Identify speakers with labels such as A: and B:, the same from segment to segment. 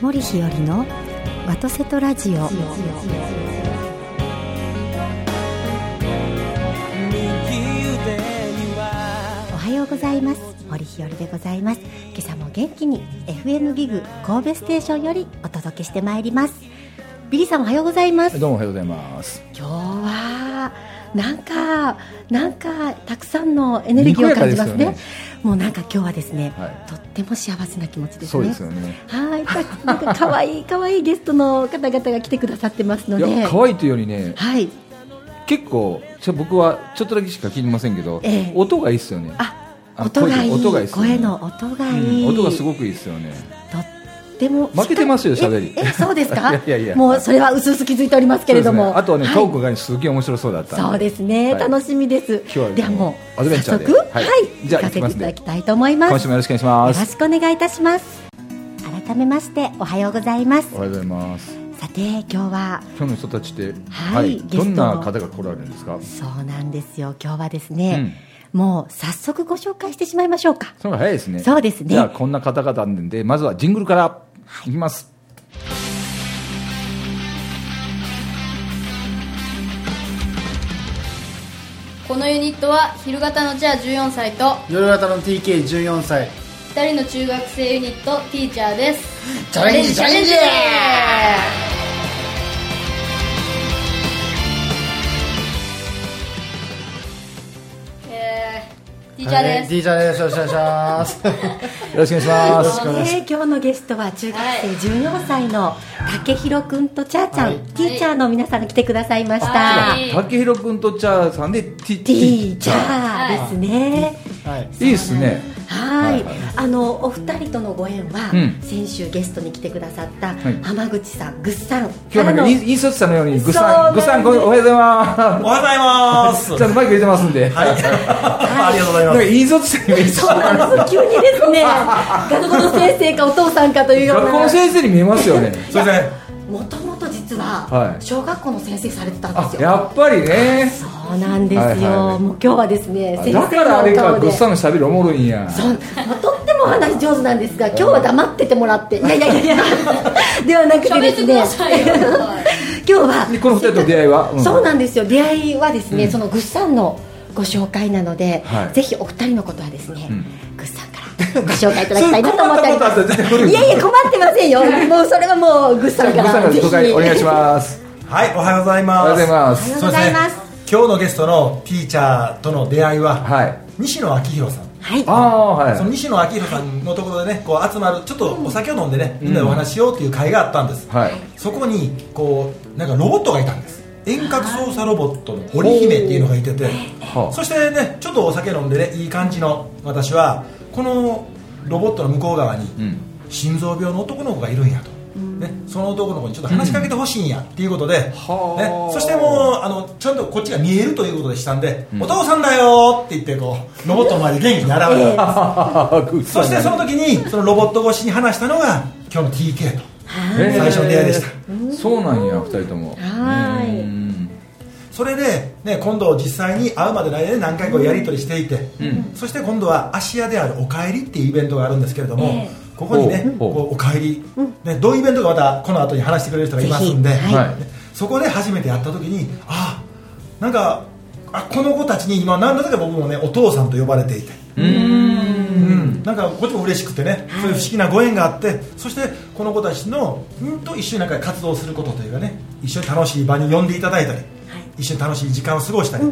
A: 森日和のワトセトラジオおはようございます森日和でございます今朝も元気に FM ギグ神戸ステーションよりお届けしてまいりますビリーさんおはようございます
B: どうもおはようございます。
A: 今日はなんかなんかたくさんのエネルギーを感じますね
B: にこやかです
A: もうなんか今日はですね、
B: はい
A: とっても幸せな気持ちです
B: そう
A: ね
B: ですよね。
A: はいたなんか可愛い可愛いゲストの方々が来てくださってますの
B: い
A: で
B: や、可愛いというよりね、
A: はい
B: 結構、ちょ僕はちょっとだけしか聞いてませんけど、
A: ええ
B: 音がいいっすよね。
A: あ
B: あ
A: 音がいい
B: 声
A: 声
B: と音がいいっすよね
A: の音が
B: う
A: いい、
B: ん音がすごくいいっすよね。
A: とっても
B: 負けてますよ喋り
A: ええそうですか
B: いやいやいや
A: もうそれは薄々気づいておりますけれども、
B: そうですねあとはね、
A: い
B: トークがねすげえ面白そうだったん。
A: そうですね、
B: はい
A: 楽しみです。
B: 日は
A: ではもう
B: アドベンチ
A: 早
B: ャーで
A: 速は、
B: はいい
A: じ
B: じ
A: ゃ
B: ゃ
A: あ行
B: あ行
A: き
B: き
A: ま
B: ます
A: い
B: すん
A: ただ
B: で
A: きたいと思いま
B: 今
A: す。よ
B: 週もよろしくお願いしま
A: ろ
B: す。
A: しくお願いいたします。改めましておはようございます
B: お。はようございます。
A: さて今日は
B: 今日の人たちって、
A: はいゲスト
B: どんな方が来られるんですか。
A: そうなんですよ。今日はですね、もう早速ご紹介してしまいましょうか。
B: その方が早いですね。
A: そうですね
B: じゃあ、こんな方々なんで、まずはジングルからいきます。
C: このユニットは昼型のチャー14歳と
D: 夜型の TK14 歳
C: 2人の中学生ユニットティーチャーです
D: チャレンジチャレンジ
C: えーティーチャーです、
D: はい、ティーチャーですよろしくお願いします
B: よろしくお願いします。
A: ね、今日のゲストは中学生14歳の竹弘くんとチャーちゃん、
D: はい
A: ティーチャーの皆さんが来てくださいました、
C: はい
B: 竹弘君とチャーさんでティ
A: ティーチャーですね、
D: はい
B: いいですね。
A: はい、
B: はい
A: あのお二人とのご縁は、
B: うん
A: 先週ゲストに来てくださった
B: い
A: 浜口さん、ぐっさんか
B: 今日な
A: ら
B: んか
A: の
B: インインサートさんのようにぐ
A: そ
B: さ
A: うん
B: ぐさんこんおはようございま
E: おはようございます。
B: す。ちゃんとマイク入れてますんで。
E: ありがとうござ
B: な
E: いま
B: んか
E: す。
B: 引率生に見えます。
A: そうなんです急にです ね学校の先生かお父さんかというよう
B: 学校の
A: な
B: 先生に見えますよね。
E: それで、ね、
A: もともと実
B: は
A: はい小学校の先生されてたんで
B: あ
A: す、よ、
B: やっぱりね。
A: そうなんですよ、
B: はいはい
A: もう今日はですね先生の
B: だからあれか
A: 顔
B: ぐ
A: で
B: っさんの喋りおもろいんや。
A: そうまあとってもお話上手なんですが今日は黙っててもらっていやいやいやいや ではなくて
C: 喋
A: で
C: って
A: す
C: くだ
A: ね
C: さいよ
A: 今日は
B: でこの二人との出会いは。ん
A: そうなんですよ出会いはですね、そのぐっさんのご紹介なので、
B: はい
A: ぜひお二人のことはですね、
B: ん
A: ぐっさんからご紹介いただきたいなと思っておりま
B: それ困ったことあったら絶対来
A: す
B: る
A: いやいや困ってませんよもうそれはもうぐっさん
B: ぐ
A: か
B: っさんからら
A: ぜひ
B: 紹介お願いします。
E: はい、おはようござい
B: お
E: ます。
B: はようございます。
A: おはようございます
E: そうですね今日のゲストのティーチャーとの出会いは、
B: はい
E: 西野昭弘さん。
A: はい
B: ああはい
E: その。西野昭弘さんのところでね、こう集まる、ちょっとお酒を飲んでね、みんなでお話しようっていう会があったんです。
B: はい。
E: そこに、こう、なんかロボットがいたんです。遠隔操作ロボットの織姫っていうのがいてて、
B: は
E: そしてね、ちょっとお酒飲んでね、いい感じの私は、このロボットの向こう側に、
B: あ。うん。
E: 心臓病の男の子がいるんやと、ね、その男の子にちょっと話しかけてほしいんやっていうことで、ね
B: はあ、
E: そしてもうあのちゃんとこっちが見えるということでしたんで、お父さんだよって言ってこうロボットの前で元気に現れた、
B: ぐっさ
E: そ
B: ん
E: してその時にそのロボット越しに話したのが今日の TK と
B: えー
E: 最初の出会いでした
B: そうなんや二人とも。
A: はーい
B: うん
E: それで、ね、今度実際に会うまでの間に何回こうやり取りしていて、
B: ん
E: そして今度は芦屋である「おかえり」っていうイベントがあるんですけれども、ここにね「
B: ほう
E: こうおかえり」ね、どういうイベントかまたこの後に話してくれる人がいますんで、
A: ぜひ
B: はい
E: そこで初めてやった時にああなんかあこの子たちに今何だか僕もねお父さんと呼ばれていて。うんなんかこっちも嬉しくてね、そういう不思議なご縁があってそしてこの子たちのうんと一緒になんか活動することというかね一緒に楽しい場に呼んでいただいたり、一緒に楽しい時間を過ごしたり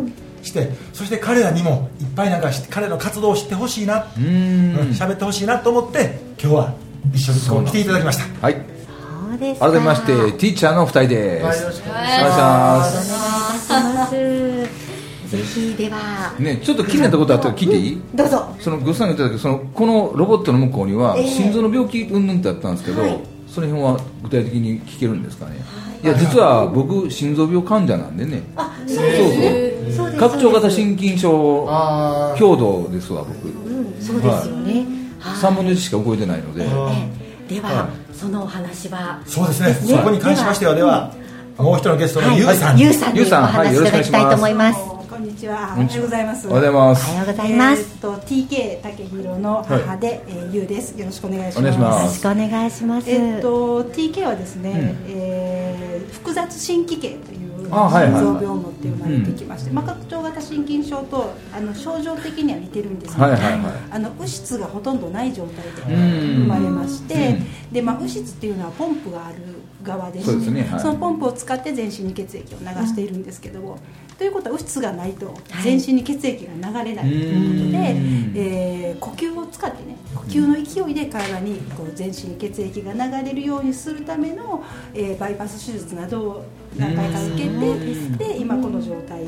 E: して、そして彼らにもいっぱいなんかし彼らの活動を知ってほしいな
B: う
E: うん
B: ん。
E: 喋、ってほしいなと思って今日は一緒にこう来ていただきました
B: はい。
A: そうですか
B: 改めましてティーチャーの二人です。
D: はいよろしくお願いし
B: お願いします。
A: ぜひでは
B: ね、ちょっと気になったことあったら聞いていい、
A: どうぞ
B: そのごっさんが言ってたけどそのこのロボットの向こうには
A: ええ
B: 心臓の病気云々ってあったんですけど、
A: はい
B: その辺は具体的に聞けるんですかね、い、や実は僕心臓病患者なんでね
A: あ
B: そう
A: そうです
B: そ
A: そう
B: う
A: です
B: 拡張型心筋症
D: あー
B: 強度ですわ僕、
A: うんそうですよねはい
B: 3分の1しか動いてないので、
A: ええでは
B: は
A: そのお話は
E: そうですね
A: ですね
E: そこに関しましてはではもう一人のゲストのゆうさん
A: ゆう
E: に、
A: さんに
B: ゆう
A: お
B: さんは
A: 話
B: い
A: しいただきたいと思います。
F: こんんにちは。
B: こん
F: おは
B: にち
F: よう
B: は
F: ございます。
B: おはようございま
A: おは
B: す
A: ようございます、
F: えーっと TK 竹弘の母で、えーゆうです。よろしくお願いします。
B: お願いしま
A: よろしくお願いします、
F: えっと TK はですね、
B: うん
F: えー複雑心機系という
B: あはいはい
F: 心臓病のっていうのが出てきまして、まあ拡張型心筋症とあの症状的には似てるんですけど、
B: はいはいはい
F: あの右室がほとんどない状態で
B: うん
F: 生まれまして
B: う、
F: でまあ右室っていうのはポンプがある側でして
B: そうですねはい
F: そのポンプを使って全身に血液を流しているんですけども。ということは右室がないと全身に血液が流れないということで、
B: うん
F: えー呼吸を使ってね呼吸の勢いで体にこう全身に血液が流れるようにするための、えーバイパス手術などを何回か受け
B: うん
F: てで今この状態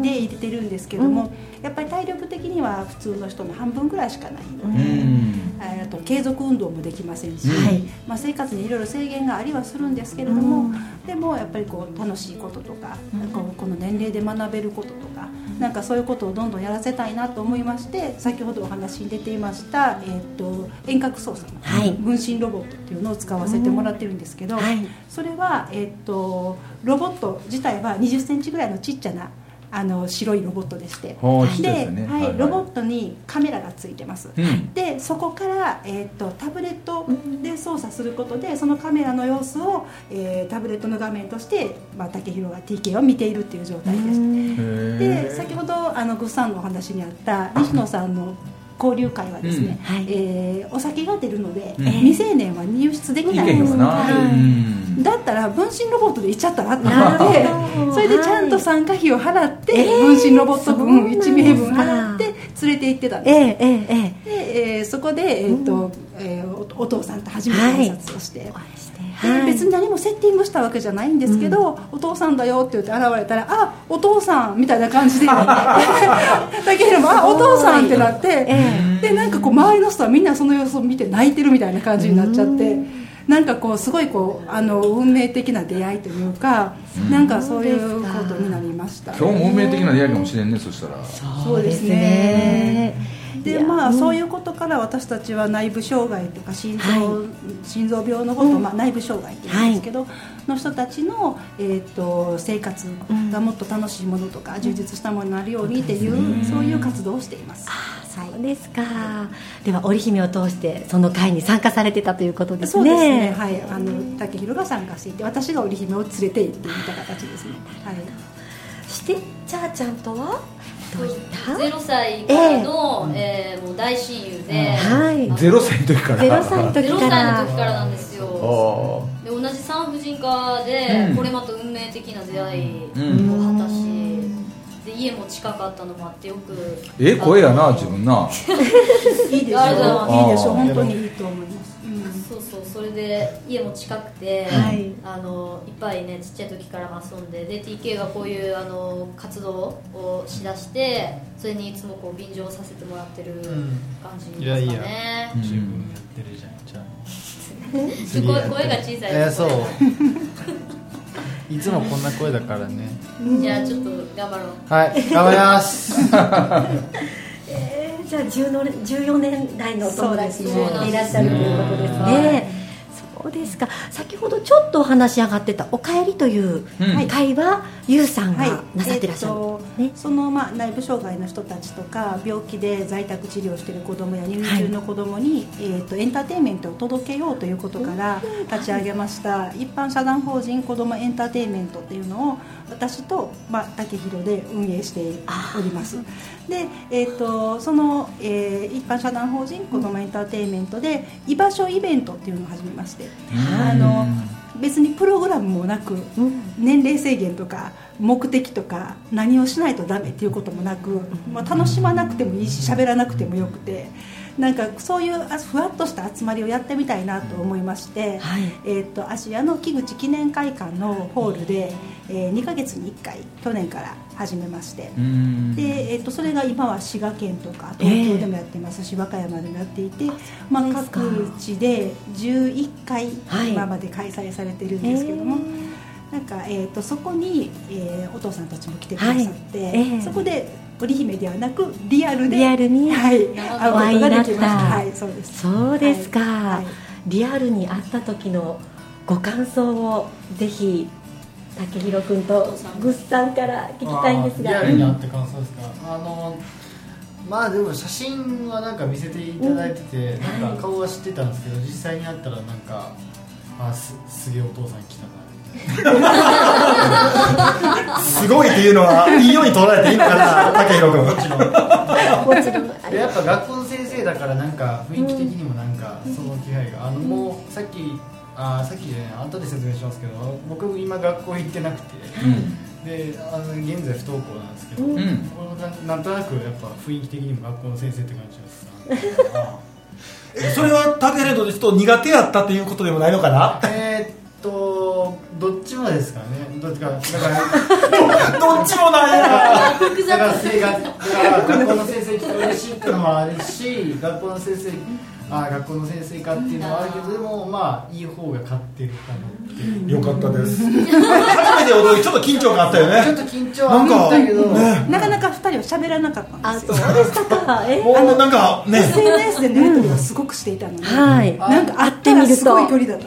F: で入れてるんですけどもやっぱり体力的には普通の人の半分ぐらいしかないの
B: う
F: で。
B: ん
F: えーあと継続運動もできませんし、
B: はい
F: まあ、生活にいろいろ制限がありはするんですけれども、でもやっぱりこう楽しいこととか、こうこの年齢で学べることとか、なんかそういうことをどんどんやらせたいなと思いまして先ほどお話に出ていました、えー、と遠隔操作の
A: はい
F: 分身ロボットっていうのを使わせてもらってるんですけど、
A: はい
F: それは、えー、とロボット自体は2 0ンチぐらいのちっちゃなあの白いロボットでして。
B: ほうちっちゃいで
F: です
B: ね
F: はい
B: はいはい
F: ロボットにカメラがついてます、
B: うん
F: でそこから、えー、とタブレットで操作することで、そのカメラの様子を、えータブレットの画面として、まあ、竹広が TK を見ているっていう状態です、で
B: へ
F: 先ほどあのぐっさんのお話にあった西野さんの交流会はですね、
A: うんはい
F: えーお酒が出るので、
B: うん
F: 未成年は入室でき
B: えい
F: ない
B: けへんわなうん
F: だったら分身ロボットで行っちゃったらって
A: なるほど
F: なって それでちゃんと参加費を払って
A: はい
F: 分身ロボット分
A: えー
F: 1名
A: そ
F: 分
A: うな
F: 払
A: んだ
F: って連れて行ってたん
A: え
F: です
A: ええええ
F: で、えーそこで、えーとえーおお父さんと初めて挨拶をして、
A: えお会いして、
F: で
A: はい
F: 別に何もセッティングしたわけじゃないんですけど、お父さんだよって言って現れたら「あお父さん」みたいな感 じで竹広も「あお父さん」ってなって、
A: え
F: でなんかこう周りの人はみんなその様子を見て泣いてるみたいな感じになっちゃって。なんかこうすごいこうあの運命的な出会いというか、なんかそういうことになりました。
B: 今日も運命的な出会いかもしれんねそしたら
F: そうですねでまあ、そういうことから私たちは内部障害とか心臓,、
A: は
F: 心臓病のことを、まあ、内部障害って言うんですけど、の人たちの、えー、と生活がもっと楽しいものとか、充実したものになるようにっていう、そういう活動をしています。はい
A: そうですかでは織姫を通してその会に参加されてたということです
F: そう
A: ね
F: ですねはい、あの竹広が参加していて私が織姫を連れて行っていた形ですね、はい、
A: してチャーちゃんとはどういった
C: 0歳からの、えーもう大親友で、
A: はい
B: ゼロ歳の時から
A: ゼロ歳の時
C: 0
A: から
C: 歳の時からなんですよ
B: あ
C: で同じ産婦人科で、これまた運命的な出会いを果たし、で家も近かったのもあってよく
B: ーええ声やな
C: あの
B: 自分ない
F: いでしょ
C: ありがとうございます
F: いいでしょう本当にいいと思います、うん
C: そうそうそれで家も近くて、
F: はい
C: あのいっぱいねちっちゃい時から遊んでで TK がこういうあの活動をしだしてそれにいつもこう便乗させてもらってる感じですか
D: い
C: ね、
D: やいや 十分やってるじゃんじゃ
C: ちょ声声が小さい
D: えーそういつもこんな声だからね
C: じゃあちょっと頑張ろう
D: はい頑張ります
A: えーじゃあ10の14年来のお友達
F: そうです
A: も
F: ね
A: いらっしゃるということですねそうですか先ほどちょっとお話し上がってた「おかえり」という
B: うん
A: 会は、ゆうさん
F: はい
A: が、なさってらっしゃる、
F: えー
A: ね
F: と、その、まあ、内部障害の人たちとか病気で在宅治療している子どもや入院中の子どもに、えー、とエンターテインメントを届けようということから立ち上げました一般社団法人子どもエンターテインメントっていうのを私と、まあ、竹広で運営しておりますで、えー、とその、えー一般社団法人子どもエンターテインメントで居場所イベントっていうのを始めましてあの別にプログラムもなく、年齢制限とか目的とか何をしないとダメっていうこともなく、まあ、楽しまなくてもいいし喋らなくてもよくてなんかそういうあふわっとした集まりをやってみたいなと思いまして、
A: はい
F: えー、と芦屋の木口記念会館のホールで、え2ヶ月に1回去年から始めまして。
B: うん
F: で、えっとそれが今は滋賀県とか東京でもやってますし、和歌山でもやっていて、まあ、
A: ですか
F: 各地で11回
A: はい
F: 今まで開催されてるんですけども、なんか、えっとそこに、えーお父さんたちも来てくださって、
A: はいええ
F: そこで織姫ではなくリアルで
A: リアルに
F: はい、会うことができまし
A: お会いになった
F: たはいそうです
A: そうですか、
F: はいはい
A: リアルに会った時のご感想をぜひ竹弘君とぐっさんから聞きたいんです
G: あ
A: が
G: ーリアルなって感想ですか、あのまあでも写真はなんか見せていただいてて、なんか顔は知ってたんですけど実際に会ったらなんかあすすげえお父さん来たな
E: すごいっていうのはいいように捉えていいのかな竹弘君
G: もちろん
A: もちろんあ
G: でやっぱ学校の先生だからなんか雰囲気的にもなんかその気配が、あのもうさっきあさっきじゃない後で説明しますけど僕今学校行ってなくてであの現在不登校なんですけど、
B: うんうん
G: このななんとなくやっぱ雰囲気的にも学校の先生って感じです
E: えそれは竹弘君とちょっと苦手やったっていうことでもないのかな
G: えーっとどっちもですかねどっちかだから
E: どっちもないや
G: だから性格だから学校の先生来て嬉しいっていうのもあるし学校の先生あー学校の先生かっていうのはあるけどでもまあいい方が勝ってるかなっていう
E: よかったです初めて踊りちょっと緊張感あったよ
G: ちょっと
E: ね
G: 緊張はあったけど
E: なん
F: なかなか2人は喋らなかったん
A: あ
F: です
A: そ
F: よ
A: うでしたかえ
E: もうなんかね
F: SNS でのやり取りはすごくしていたのに、
A: はい
F: なんか会ってみるとすごい距離だっ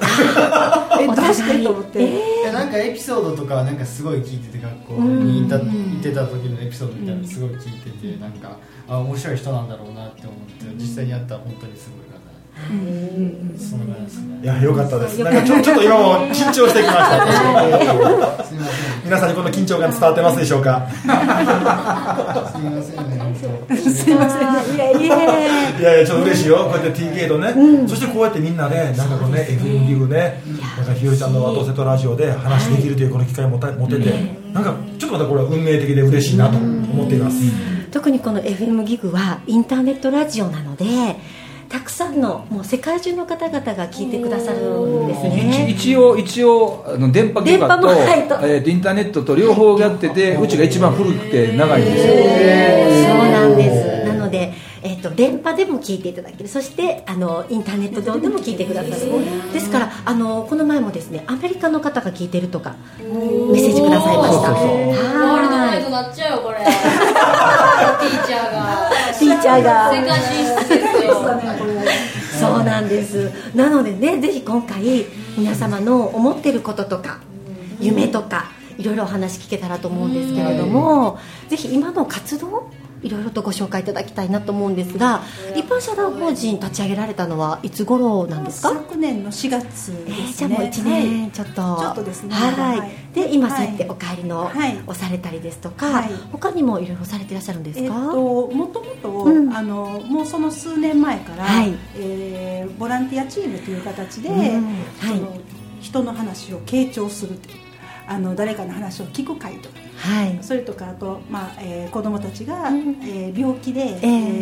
F: た えどうしてと思って、
G: いやなんかエピソードとかなんかすごい聞いてて学校にいた行ってた時のエピソードみたいなのすごい聞いててなんかあ面白い人なんだろうなって思って実際にやったら本当にすごいかなそんな感じですね
E: いやよかったですなんかちょちょっと今も緊張してきました
G: すみません
E: 皆さんにこの緊張感伝わってますでしょうか
G: すみませんね本当
F: すいません
A: あいえいえ
E: いやいやちょっと嬉しいよこうやって TK とね、そしてこうやってみんなでなんかこうね FM リーグね、なんかひよりちゃんの「ワトセトラジオ」で話できるというこの機会もた持てて、なんかちょっとまたこれは運命的で嬉しいなと思っています、
A: 特にこの FM ギグはインターネットラジオなのでたくさんのもう世界中の方々が聞いてくださるんです
B: 一
A: ね
B: 一応一応あの電波許可と,、
A: 電波もはいと
B: えーとインターネットと両方やってて、うちが一番古くて長いんですよ、
A: そうなんですなので、えっと電波でも聞いていただけるそしてあのインターネット上でも聞いてくださるですからあのこの前もですねアメリカの方が聞いてるとかメッセージくださいました
B: そうそうそう
C: ワールド
A: は
C: ワイ
A: い
C: ドなっちゃうよ これティーチャー が
A: ティーチャーが
C: 世界進出ですよ
A: そうなんですなのでねぜひ今回皆様の思ってることとか夢とかいろいろお話聞けたらと思うんですけれどもぜひ今の活動いろいろとご紹介いただきたいなと思うんですが一般社団法人立ち上げられたのはいつ頃なんですか
F: 昨年の4月
A: え
F: で
A: ー、
F: す
A: じゃあ
F: ね、
A: もう1年ちょっと、
F: ちょっとですね
A: はい、
F: はい
A: で今そ
F: は
A: う
F: い
A: やってお帰りの、
F: はい
A: をされたりですとか、
F: はい
A: 他にもいろいろされていらっしゃるんですか、
F: えっともともと、
A: うん
F: あのもうその数年前から、
A: はい
F: えーボランティアチームという形で、
A: うん
F: その
A: は
F: 人の話を傾聴するというあの誰かの話を聞く会とか
A: はい
F: それとかあと、まあえー子どもたちが、
A: うん
F: えー病気で、え
A: ええ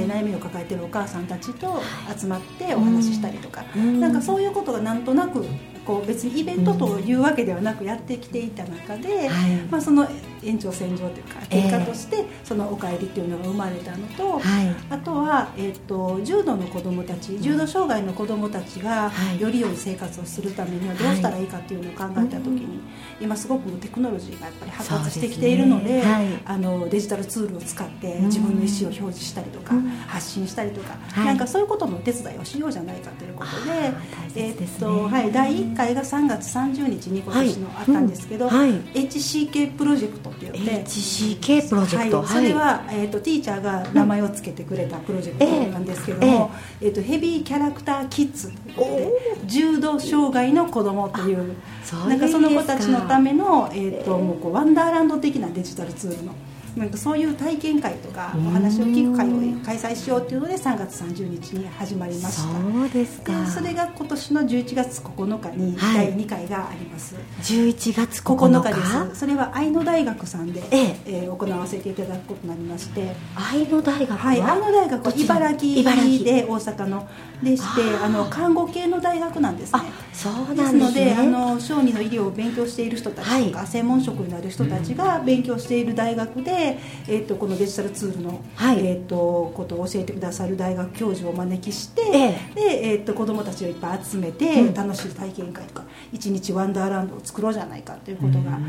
F: ー悩みを抱えているお母さんたちと集まってお話ししたりとか、
A: うん
F: なんかそういうことがなんとなくこう別にイベントというわけではなくやってきていた中で、
A: はい
F: まあ、その延長線上というか
A: ええ
F: 結果として、その「おかえり」っていうのが生まれたの
A: は
F: と。
A: い
F: あとは、えっと重度の子どもたち重度障害の子どもたちが
A: はい
F: より良い生活をするためにはどうしたらいいかっていうのを考えた時に、今すごくテクノロジーがやっぱり発達してきているの
A: そう
F: で
A: ですねはい
F: あのデジタルツールを使って
A: ん
F: 自分の意思を表示したりとか、
A: うん
F: 発信したりとか、
A: はい
F: なんかそういうことのお手伝いをしようじゃないかということで
A: あー大切ですね
F: えっとはい、第1回が3月30日に今年のあったんですけど、
A: はいうん
F: HCK プロジェクトって言って。
A: HCK プロジェクト、
F: はい、それは、えー、とティーチャーが名前を付けてくれたプロジェクトなんですけども、えーとヘビーキャラクターキッズということで重度障害の子供という
A: そういう
F: なんかその子たちのた
A: め
F: めの、えーともうこうワンダーランド的なデジタルツールのなんかそういう体験会とかお話を聞く会を開催しようというので3月30日に始まりました。
A: そうです
F: で
A: か
F: それが今年の11月9日に
A: はい
F: 第2回があります、
A: 11月9
F: 9
A: 日
F: 日ですそれは愛野大学さんで、
A: え
F: え
A: え
F: ー行わせていただくことになりまして、
A: 愛野大学は、
F: はい、愛野大学
A: ど
F: は
A: ちら
F: 茨城
A: 茨城
F: で大阪のでしてあの看護系の大学なんですね
A: あそう
F: で
A: な
F: す
A: んで
F: の
A: す
F: で
A: ね
F: あの小児の医療を勉強している人たちとか、
A: はい
F: 専門職になる人たちが勉強している大学で、えっとこのデジタルツールの、
A: はい
F: えっとことを教えてくださる大学教授をお招きして、
A: え
F: でえっと子どもたちをいっぱい集めて、楽しい体験会とか一日ワンダーランドを作ろうじゃないかということが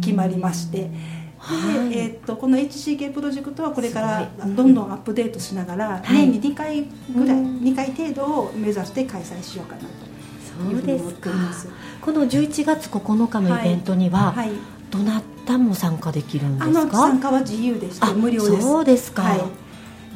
F: 決まりまして。
A: はい
F: でえっとこの HCK プロジェクトはこれから
A: すごいうん
F: どんどんアップデートしながら
A: はい
F: 年に2回ぐらい、
A: うん
F: 2回程度を目指して開催しようかなと
A: そうですか
F: いうふうに思っています
A: この11月9日のイベントには、
F: はい、
A: どなたも参加できるんで
F: あ
A: す
F: の
A: か
F: 参加は自由でして
A: あ
F: 無料です
A: そうですか
F: はい、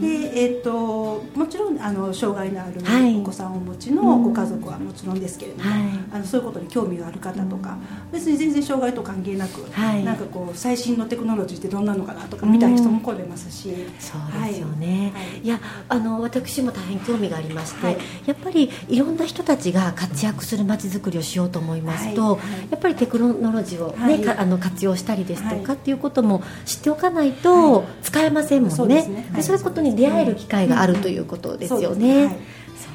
F: でえっともちろんあの障害のある
A: はい
F: お子さんをお持ちのご家族はもちろんですけれども、
A: はい
F: あのそういうことに興味がある方とか、別に全然障害と関係なく、
A: はい
F: なんかこう最新のテクノロジーってどんなのかなとか見たい人も来れますし、
A: そうですよね、
F: はいい
A: やあの私も大変興味がありまして、
F: はい
A: やっぱりいろんな人たちが活躍するまちづくりをしようと思いますと、
F: はいはい
A: やっぱりテクノロジーを、ね
F: はい
A: かあの活用したりですとか、
F: はい
A: っていうことも知っておかないと使えませんもんね,で、
F: そうですねはい
A: そういうことに出会える機会があるということですよね。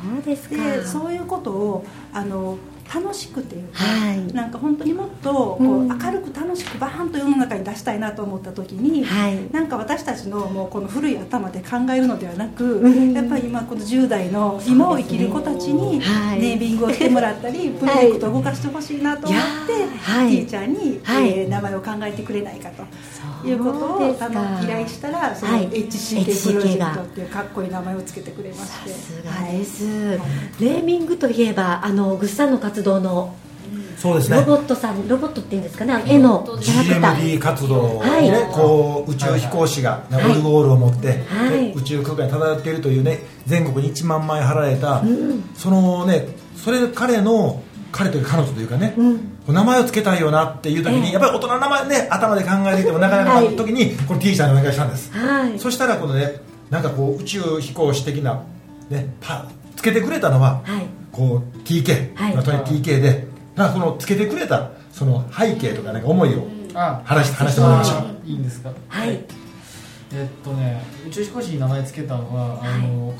A: そうですか
F: でそういうことをあの楽しくていうか、
A: はい
F: なんか本当にもっとこう、
A: うん
F: 明るく楽しくバーンと世の中に出したいなと思った時に、
A: はい
F: なんか私たちのもうこの古い頭で考えるのではなく、
A: うん
F: やっぱり今この10代の今を生きる子たちに
A: はい
F: ネーミングをしてもらったり、プロジェクトを動かしてほしいなと思って、
A: いやーはい
F: ティーチャーに、
A: はい
F: えー名前を考えてくれないかと。
A: そう
F: いうこと
A: で
F: を
A: すか
F: あの依頼したらその
A: はい
F: HCK プロジェク
A: HCK
F: ト
A: が
F: っていうかっこいい名前をつけてくれまし
A: さ
F: て
A: すがです、
F: はい
A: ネーミングといえばあのぐっさんの活動の
E: そうです
A: ロ
E: ね
A: ボットさんロボットっていうんですかねあの絵のキャラクター
E: GMD 活動をね、
A: はい
E: こう宇宙飛行士がナゴルゴールを持って、
A: はい
E: で宇宙空間に漂っているというね全国に1万枚貼られた、そのねそれ彼の彼というか彼女というかね、こう名前を付けたいよなっていう時に、
A: ええ
E: やっぱり大人の名前ね頭で考えていてもなかなか
A: はい
E: の時に、この T 社にお願いしたんです、
A: はい
E: そしたらこのねなんかこう宇宙飛行士的なねパつけてくれたのは、
A: はい
E: こう TK、
A: はい
E: まあとにかく TK でなんかこのつけてくれたその背景とかなんか思いを
G: あ
E: 話して話してもらいましょう
G: あいいんですか
A: はい
G: えっとね宇宙飛行士に名前つけたのはあの、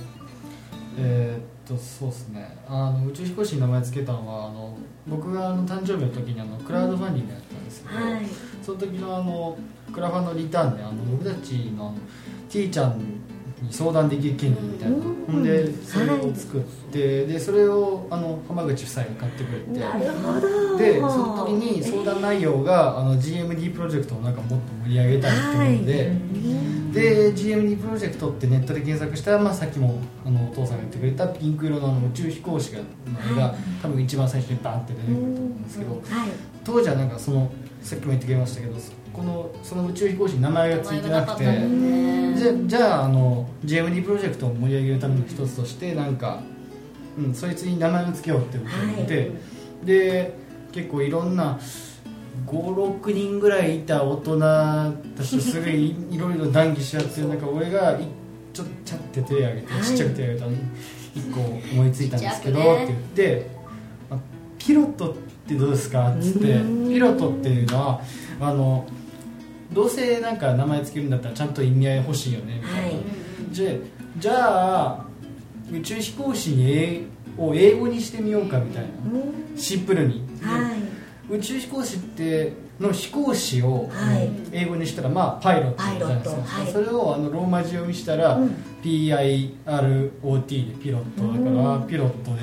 G: えーっとそうですねあの宇宙飛行士に名前つけたのはあの僕があの誕生日の時にあのクラウドファンディングやったんですけど、
A: はい
G: その時のあのクラファンのリターンであの僕たちのあの T ちゃんに相談できる権利みたいな、
A: うん
G: ん、でそれを作って、でそれをあの浜口夫妻が買ってくれて
A: なるほど
G: でその時に相談内容が、あの GMD プロジェクトをなんかもっと盛り上げたいっていうので、で GMD プロジェクトってネットで検索したら、まあ、さっきもあのお父さんが言ってくれたピンク色のあの宇宙飛行士がの絵が多分一番最初にバーンって出てくると思うんですけど、
A: はい
G: 当時はなんかそのさっきも言ってくれましたけどそこのその宇宙飛行士に名前がついてなくて。じゃじゃああの GMD プロジェクトを盛り上げるための一つとしてなんか、うん、そいつに名前を付けようってことになって、で結構いろんな56人ぐらいいた大人たちとすごいいろいろ談義し合ってる中俺がいちょっとちゃって手を挙げて、
A: はい
G: ちっちゃく手を挙げたのに1個思いついたんですけど、
C: ちっちゃくね
G: って言って、まあピロットってどうですかっつってピロットっていうのはあのどうせなんか名前つけるんだったらちゃんと意味合い欲しいよねみたいな、
A: はい
G: でじゃあ宇宙飛行士に英を英語にしてみようかみたいなシンプルに、
A: は
G: 宇宙飛行士っての飛行士を
A: はい
G: 英語にしたら、まあパイロットじゃないですか、
A: パイロットはい
G: それをあのローマ字読みしたら、
A: うん
G: PIROT でピロットだから、ピロットで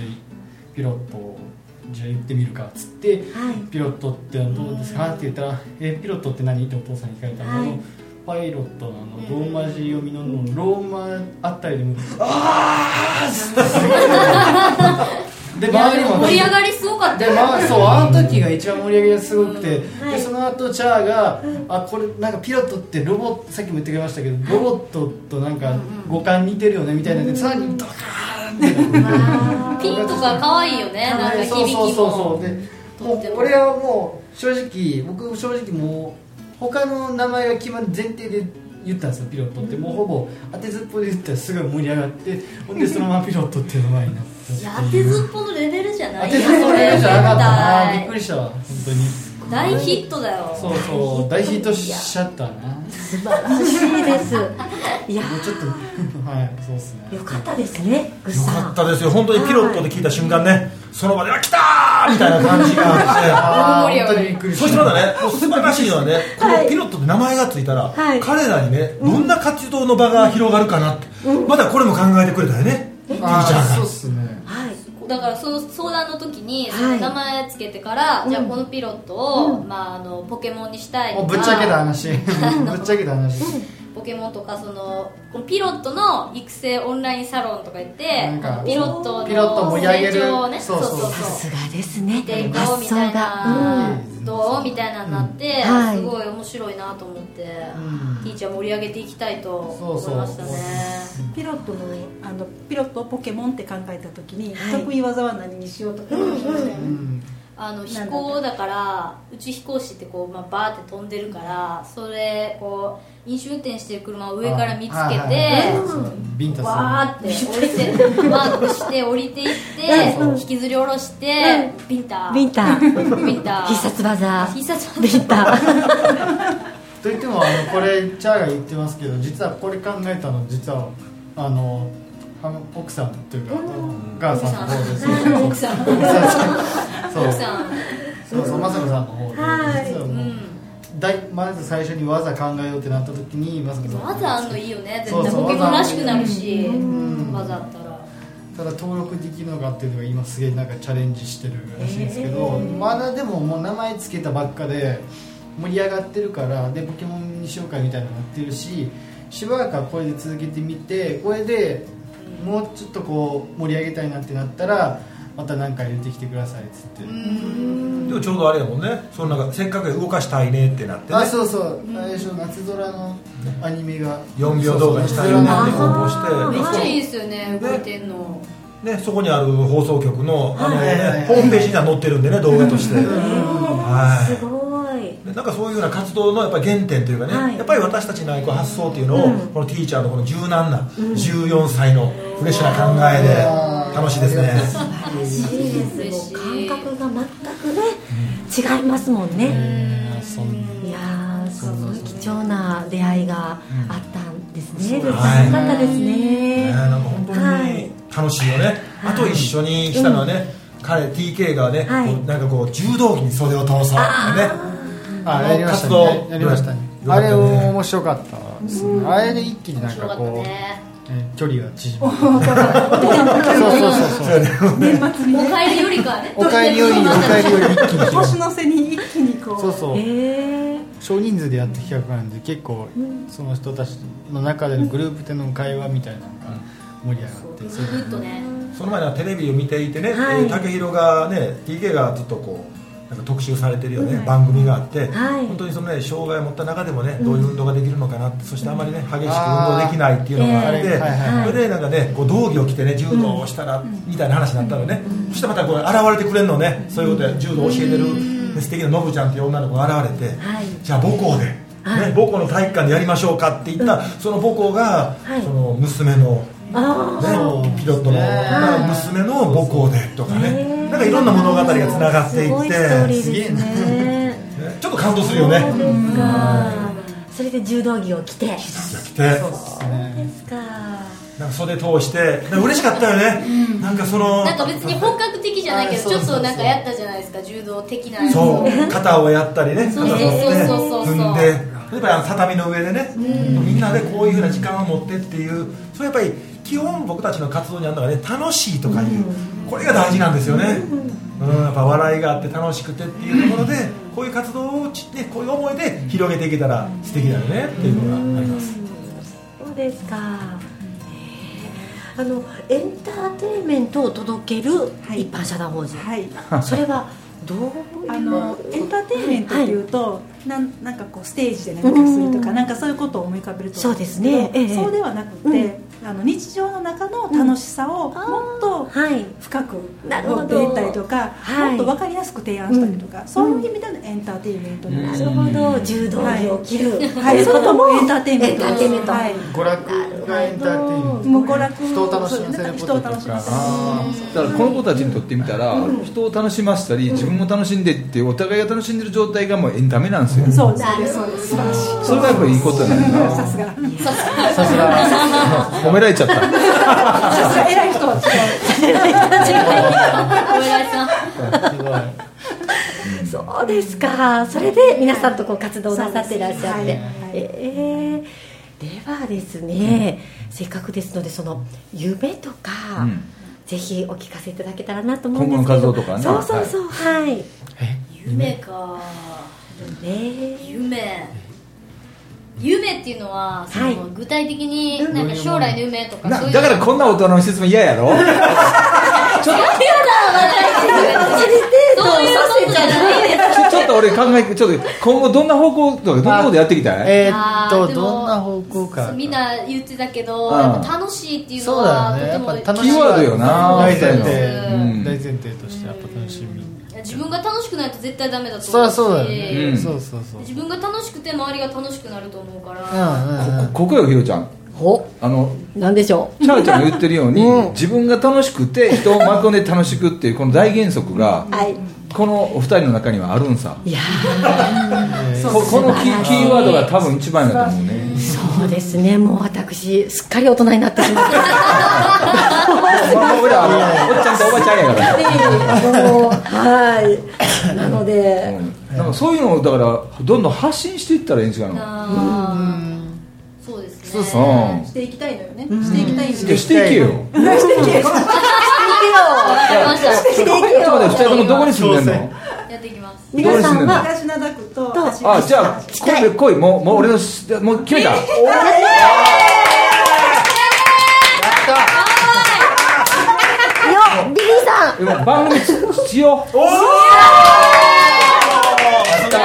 G: ピロットをじゃあ言ってみるかっつって、
A: はい
G: ピロットってどうですかって言ったら「えピロットって何?」ってお父さんに聞かれたの、
A: はい
G: パイロットのあのローマ字読みののローマあたりでも「ああ!」で周りも
C: 盛り上がりすごかった
G: でまあそうあの時が一番盛り上げがすごくて、でその後チャーが、あこれなんかピロットってロボットさっきも言ってくれましたけど、ロボットとなんか五感似てるよねみたいなでさらにドカーンって
C: ピンとか可愛いよ ねなんか響
G: そう
C: き
G: そう
C: も
G: そうそうでも
C: とって
G: う
C: も
G: 俺はもう正直僕正直もう他の名前が決まる前提で言ったんですよピロットって、もうほぼ当てずっぽで言ったらすごい盛り上がってほんでそのままピロットっていう名前になったって
C: いや
G: いう
C: 当てずっぽのレベルじゃな
G: 当
C: い
G: てずっぽでじゃなかったなびっく
C: 絶
G: りしたわ本当に
C: 対大ヒットだよ
G: そうそう大ヒットしちゃったなも
A: 素晴らしいですいや
G: うちょっとはいそうですね
A: よかったですねぐっ
E: よ
A: さ
E: か
A: ん
E: ったですよ本当にピロットで聞いた瞬間ねその場で「あ来たー!」みたいな感じが
G: あ
C: 大盛り上
G: ー
C: がり
G: 本当にびっくり
E: して
G: した
E: そしてまたねもう素晴らしいのはねこ
A: はい
E: のピロットって名前がついたら、
A: はい
E: 彼らにねどんな活動の場が広がるかなって、まだこれも考えてくれたよね、ゆりちゃん
G: あーそうっ
E: が
G: すね
A: はい
C: だからそう相談の時に
A: はい
C: 名前つけてから、じゃあこのピロットを、まあ、あのポケモンにしたい
G: も
C: と
G: う
C: か
G: ぶっちゃけた話ぶっちゃけた話
C: ポケモンとかそのこのピロットの育成オンラインサロンとか言って
G: なんか
C: ピロットの
G: ピロットを盛り上げる
C: 成長をね
G: そうそう
A: さすがですね
C: で行こう
A: 発
C: みた
A: 想
C: い
A: が、
C: な、どうみたいなのになって、
A: はい
C: すごい面白いなと思って、
G: ん
C: ティーチャー盛り上げていきたいと思いましたね
G: そうそ
F: ピロットのあのピロットをポケモンって考えた時に、
A: はい
F: 得意技は何にしようとか思いましたよね、
G: うん
C: あの飛行だからうち飛行士ってこう、まあ、バーって飛んでるからそれこう飲酒運転してる車を上から見つけ
G: あはい
C: て
G: はいそうビンタする
C: わーって降りてマークして降りていって
G: うん
C: 引きずり下ろしてビンタ
A: ビンター
C: ビンタ
A: 必殺技
C: 必殺
A: ビ
C: 技
A: ンター
G: といってもあのこれチャーが言ってますけど実はこれ考えたの実はあのは奥さんというかお母
C: 奥
G: さ
C: さ
G: ん
C: ん
G: の方ですそう
C: 奥さん
G: そう
C: 奥さん
G: そうそうまさこさんの方で実は
C: う
G: もうんだいまず最初に技考えようってなった時にまさこさん
C: 技あんのいいよね
G: そ
C: 絶対
G: うそう
C: ポケモンらしくなるし
G: ん
C: 技あったら
G: ただ登録できるのかっていうのが今すげえなんかチャレンジしてるらしいんですけど、まだでももう名前つけたばっかで盛り上がってるからでポケモンにしようかみたいになってるししばらくはこれで続けてみてこれでもうちょっとこう盛り上げたいなってなったらまた何か入れてきてくださいっつって、
E: でもちょうどあれやもんねそのなんかせっかく動かしたいねってなってね
G: あそうそう最初夏空のアニメが
E: 4秒動画にしたい
G: そうそう
E: なって
G: 夏
E: 応
G: 空の
E: 募
C: めっ
E: し
C: ちゃいいですよね動いてんの
E: て、ね、そこにある放送局のあの、
G: はいはいは
E: ね
G: い、
E: ホームページには載ってるんでね動画として、はい
A: すごい
E: でなんかそういうような活動のやっぱり原点というかね、
A: はい
E: やっぱり私たちのこう発想っていうのを、
A: うん
E: このティーチャーのこの柔軟な14歳のフレッシュな考えで楽しいですね、
A: 嬉しいですもう感覚が全くね違いますもんね
G: そんない
A: やーすごい貴重な出会いがあったんですね
G: うん
A: よ
E: はい
A: かったですね
E: ねなんか本当
A: はい
E: に楽しいよね、あと一緒にしたのはね、彼 TK がね、
A: はい
E: こうなんかこう柔道着に袖を通そうってね
G: あやりました
E: 活
G: ね
E: 動
G: やりましたね
E: よかっ
G: あ
E: たね
G: れも面白かったですねあれで一気に
C: 面
G: なん
C: 白
G: か
C: かった
G: こう
C: ね
G: え距離が縮まるそうそうそうそう
C: お帰りよりかね
G: お帰りよりお帰りより一気に広
F: 星
G: がる
F: の瀬に一気にこう
G: そうそう、
A: えー
G: 少人数でやった企画なんで結構その人たちの中でのグループでの会話みたいなのが盛り上がって、
C: ずーっとね
E: その前のテレビを見ていてね、
A: はい
E: えー竹広がね TK がずっとこうなんか特集されてるよね、番組があって、
A: はい
E: 本当にそのね障害を持った中でもね、どういう運動ができるのかなってそしてあまりね激しく運動できないっていうのがあ
G: あ
E: って、
G: ーえーはい
A: はい
E: それでなんかねこう道着を着てね柔道をしたら、みたいな話になったのね、そしてまたこう現れてくれるのね、そういうことで柔道を教えてる、ね素敵なのぶちゃんっていう女の子が現れて、
A: はい
E: じゃあ母校で、ね
A: はい
E: 母校の体育館でやりましょうかって言った、その母校が、
A: はい
E: その娘の。
A: あ
E: ね、ピロットの
G: はい
E: 娘の母校でとかねなんかいろんな物語がつなが
A: ー
E: っ
A: す
E: てい
A: ご
E: っ
A: い
E: て
A: ストーリーです
G: す
A: ね
E: ねちょっと感動するよね
A: そうですかそれで柔道着を着てそ
E: 来て
A: うですか
E: なんか袖通してなんか嬉しかったよね、なんかその
C: なんか別に本格的じゃないけど
G: あ
C: ち
G: そ
C: ょっ
G: うそうそう
C: となんかやったじゃないですか柔道的な
E: そう肩をやったりね
C: そ
E: 肩を
C: うそう
E: 持って
C: そうそうそう
E: 踏んでやっぱりあの畳の上でね、みんなでこういうふうな時間を持ってっていうそれやっぱり基本僕たちの活動にあるのがね楽しいとかいう、これが大事なんですよね、うんやっぱ笑いがあって楽しくてっていうところで、こういう活動をち、ね、こういう思いで広げていけたら素敵だよねっていうのがあります、
A: そうですか。えーあのエンターテインメントを届ける
F: はい
A: 一般社団法人、
F: はい
A: それはどういう
F: あのエンターテインメントっていうと、なんなんかこうステージで何かするとか、
A: うん
F: なんかそういうことを思い浮かべると思うんですけど
A: そうですねええ
F: そうではなくて、あの日常の中の楽しさをもっと
A: はい
F: 深く
A: なるほど
F: 持っていったりとか、
A: はい
F: もっと分かりやすく提案したりとか、
A: うん
F: そういう意味でのエンターテインメントなんで
A: な
F: すよ、
A: るほど柔道着を着る、
F: はい、そういうこともエンターテインメ
A: エ
F: ン
A: ン
F: ト
A: ターテインメント、
F: はい
G: 娯楽がエンターテインメント
F: もう娯楽
G: 人を楽しませることとか
F: 人を楽しませる
G: あ
B: だからこの子たちにとってみたら、人を楽しませたり自分も楽しんでってお互いが楽しんでる状態がもうエンタメなんですよ、
F: そうですそうです素晴らしい
B: それがやっぱりいいことだよな
F: さすが
G: さすが
B: 褒められちゃった
F: さすが偉い人は違
C: お偉いさん
G: すごい
A: そうですかそれで皆さんとこう活動をなさってらっしゃっ
F: そ
A: て、
F: うですはい
A: えーではですね、せっかくですのでその夢とか、
B: うん
A: ぜひお聞かせいただけたらなと思うんですけど
B: 今後の活動とかね
A: そうそうそうはい、ね
C: 夢か夢夢っていうのはその具体的になんか将来の夢とか
B: な
C: そういう
B: だからこんな大人の質問嫌やろ
C: ちょっとやだ私そういうことじゃないです
B: ちょちょっと俺考えてちょっと今後どんな方向とかどんなことやっていきたい
D: えー、っ
C: あー
D: と
C: でも
D: どんな方向か
C: みんな言ってたけど
B: うん
C: やっぱ楽しいっていうの
D: そうだ
C: は
D: よね
C: とて
D: やっ
C: も
D: ぱ楽し
B: キ
D: い
B: ーワードよな
D: 大前
G: 大前
B: そういうの
G: 提
C: う
B: うん
G: 大前提としてやっぱ楽しみ
C: 自分が楽しくないと絶対ダメだと思うし
D: そりゃそうだよね、
B: うん
D: そうそうそう
C: 自分が楽しくて周りが楽しくなると思うから、
D: うんうんうん
B: こここよひろちゃん
A: お
B: あの
A: なんでしょ
B: チャーちゃんの言ってるように、自分が楽しくて人を巻き込んで楽しくっていうこの大原則が
A: うはい
B: このお二人の中にはあるんさ
A: いや
B: ここのキーキーワードが多分一番だと思うね
A: ーそうですねもう私すっかり大人になってしまって
B: まあ俺らあのおっちゃんとおばちゃんやから
A: もうはいなので
B: うんなんかそういうのをだからどんどん発信していったらいいんじゃないの
C: あーそうですね
B: そうそう
F: していきたいのよね、していきたいん
B: いや
F: で
B: していけよ
C: やってまし
B: ちょっと待って2人ともどこに住んでんの
C: たやっていきます
B: どこに
A: 皆
B: 住
A: さ
B: んで
A: ん
B: んの
A: は
F: 東灘区と
A: と
F: 橋
B: あじゃあ来い来いもうもう俺のしもう決めた
A: よビリーさん
B: でも番組ししようだから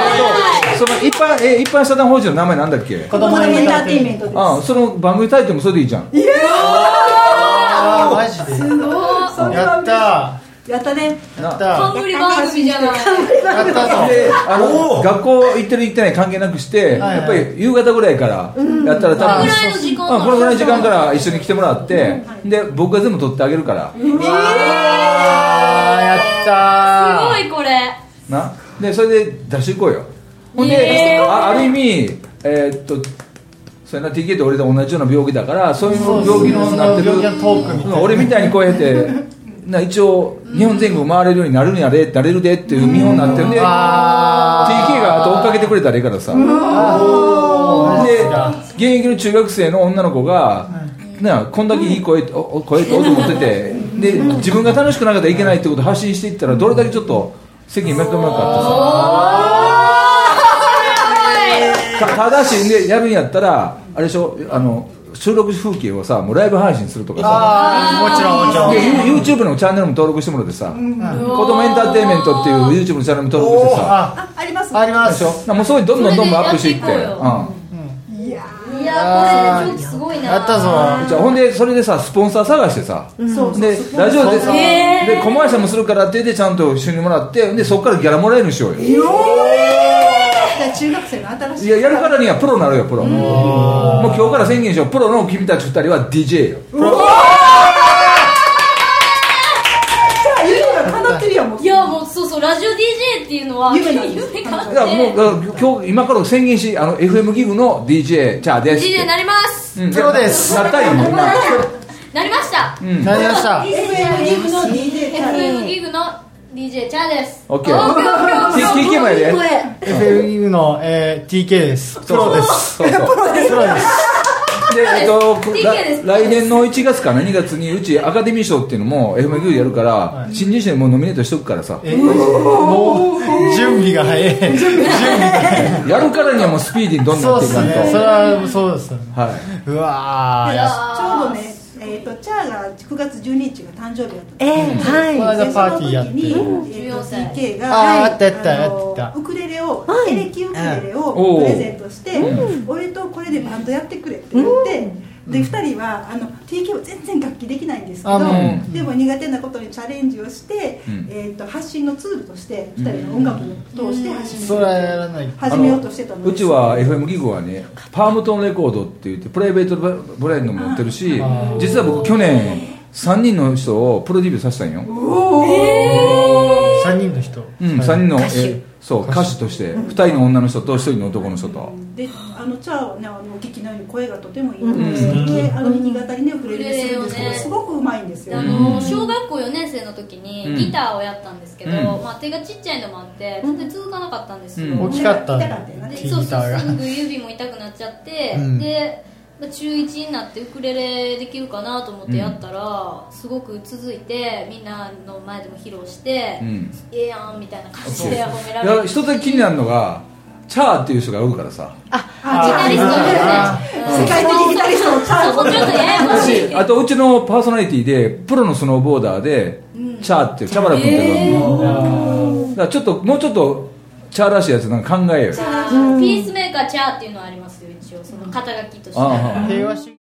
B: そうその一般え一般社団法人の名前なんだっけ
F: 子供のエンターテインメントです
B: あその番組タイトルもそれでいいじゃん
G: あマジでやった
F: やったね
G: ー
B: な
G: やった
C: 冠番組じゃない
G: ーやったぞ
B: であ
E: お
B: の
E: ー
B: 学校行ってる行ってない関係なくして、
G: はい
B: やっぱり夕方ぐらいからやったら多
C: この
B: 分
C: ぐらいの時間
B: あこのぐらいの時間から一緒に来てもらって、で僕が全部撮ってあげるから、
D: あーやったー
C: すごいこれ
B: なでそれで出していこうよほんで、
C: えー
B: あある意味えーっとそれな TK と俺と同じような病気だからそういうの病気のなってる
G: そうそうそう病気のトークみたいな
B: うん俺みたいにこうや ってな一応日本全国回れるようになるんやでなれるでっていう見本になってるんで TK
D: あー
B: があと追っかけてくれたらいいからさで現役の中学生の女の子が、なあこんだけいい声とおお声と音持っててで自分が楽しくなかったらいけないってことを発信していったらどれだけちょっと責任巻き込まなかったさたただしでやるんやったらあれでしょあの収録風景をさもうライブ配信するとかさ
G: あーもちろんもちろん
B: で You- YouTube のチャンネルも登録してもらってさ、子供エンターテインメントっていう YouTube のチャンネルも登録してさ
G: あ
F: ああります
G: ありま
B: ですしょなもうそういうどんどんどんどんアップしていって
C: それでやっていこうよ
B: うん
C: いやこれちょっとすごいな
D: やったぞ
B: じゃあほんでそれでさスポンサー探してさ、でラジオでさ
C: へー
B: でコマーシャルもするからって言ってちゃんと収入もらってでそこからギャラもらえるようにしようよい
F: 中学生の新しい
B: ややるからにはプロになるよプロもう今日から宣言しようプロの君たち二人は DJ よ
F: 夢が叶ってるやんもう
C: いやもうそうそうラジオ DJ っていうのは
F: 夢なんです
C: 夢があっ
B: だからもうだ
C: て
B: から今日今から宣言しあの FM ギグの DJ チャーです
C: DJ になります
B: うん
D: プロです
B: なったりもな
C: なりました
B: うん
D: なりました
F: リスナーリブの DJ チャンネ
C: FM ギグの DJ チャーです
B: オッケー
C: オッケーオッケーオッケー
B: TK までやれ
G: FMU の、えー、TK ですプロです
B: そうそう
G: プロです
B: で、えっと、
C: TK です
B: ら来年の1月かな2月にうちアカデミー賞っていうのも FMQ やるから、新人賞にもうノミネートしとくからさ
G: えーもう準備が早い準備
B: やるからにはもうスピーディーにどんどんやって
G: そうで
B: い
G: す
B: かん
G: ね
B: と、
G: それはそうですね
B: は
G: うわーやっ
F: ちょうどね、えー、とチャーが9月12日が誕生日だったんで
A: えー、
G: この
A: はい
G: 間
F: す
G: パーティーやって
F: でその時に、えー、
C: 14
F: と
C: 歳
F: TK が
G: あー
F: はい
G: あったやった
F: あの
G: やった
F: ウクレレを、
A: はい
F: エレキウクレレ
B: お
F: を
B: ー
F: プレゼントして、俺とこれでバンドやってくれって言って、で2人はあの TK は全然楽器できないんですけど、
G: あの
F: でも苦手なことにチャレンジをして、
B: うん
F: えー、と発信のツールとして2人の音楽を通して発信す
G: そ
F: る
G: れはやらない
F: 始めようとしてたの
B: い、うちは FM ギグはねパームトンレコードって言ってプライベートブランドも持ってるし
G: あ
B: 実は僕去年3人の人をプロデビューさせたんよ、
G: 3人の人
B: うん
G: はい
B: 3人の
A: 歌手
B: えそう歌手として2人の女の人と1人の男の人と
F: であのチャーはねあのお聞きのように声がとてもいいのです、であの弾き語りねウクレレでするんですけ
C: ウクレレを
F: ど
C: ね
F: すごくうまいんですよ、
C: あの小学校4年生の時
B: うん
C: にギターをやったんですけど、
B: うん
C: まあ、手がちっちゃいのもあって全然続かなかったんですよ、
B: うん
G: 大きかった
F: 痛かったよね
C: で
G: ティ
C: そう
G: ータ
C: そう
G: ー
C: す
G: が
C: ぐ指も痛くなっちゃって、
G: うん
C: で、まあ、中1になってウクレレできるかなと思ってやったら、すごく続いてみんなの前でも披露して、
B: うん
C: ええやんみたいな感じで褒めら
B: い
C: れ
B: や
C: る
B: 一つだけ気になるのがチャーっていう人がおるからさ
C: ギタリストですね
F: 世界的ギタリストのチャー
C: そうちょっとややこしい
B: あとうちのパーソナリティでプロのスノーボーダーで、チャーっていうチャバラ君っていうのがだからちょっともうちょっとチャーらしいやつなんか考えようよ
C: ピースメーカーチャーっていうのはありますよ一応その肩書きとして
B: あ あ
D: 平和主義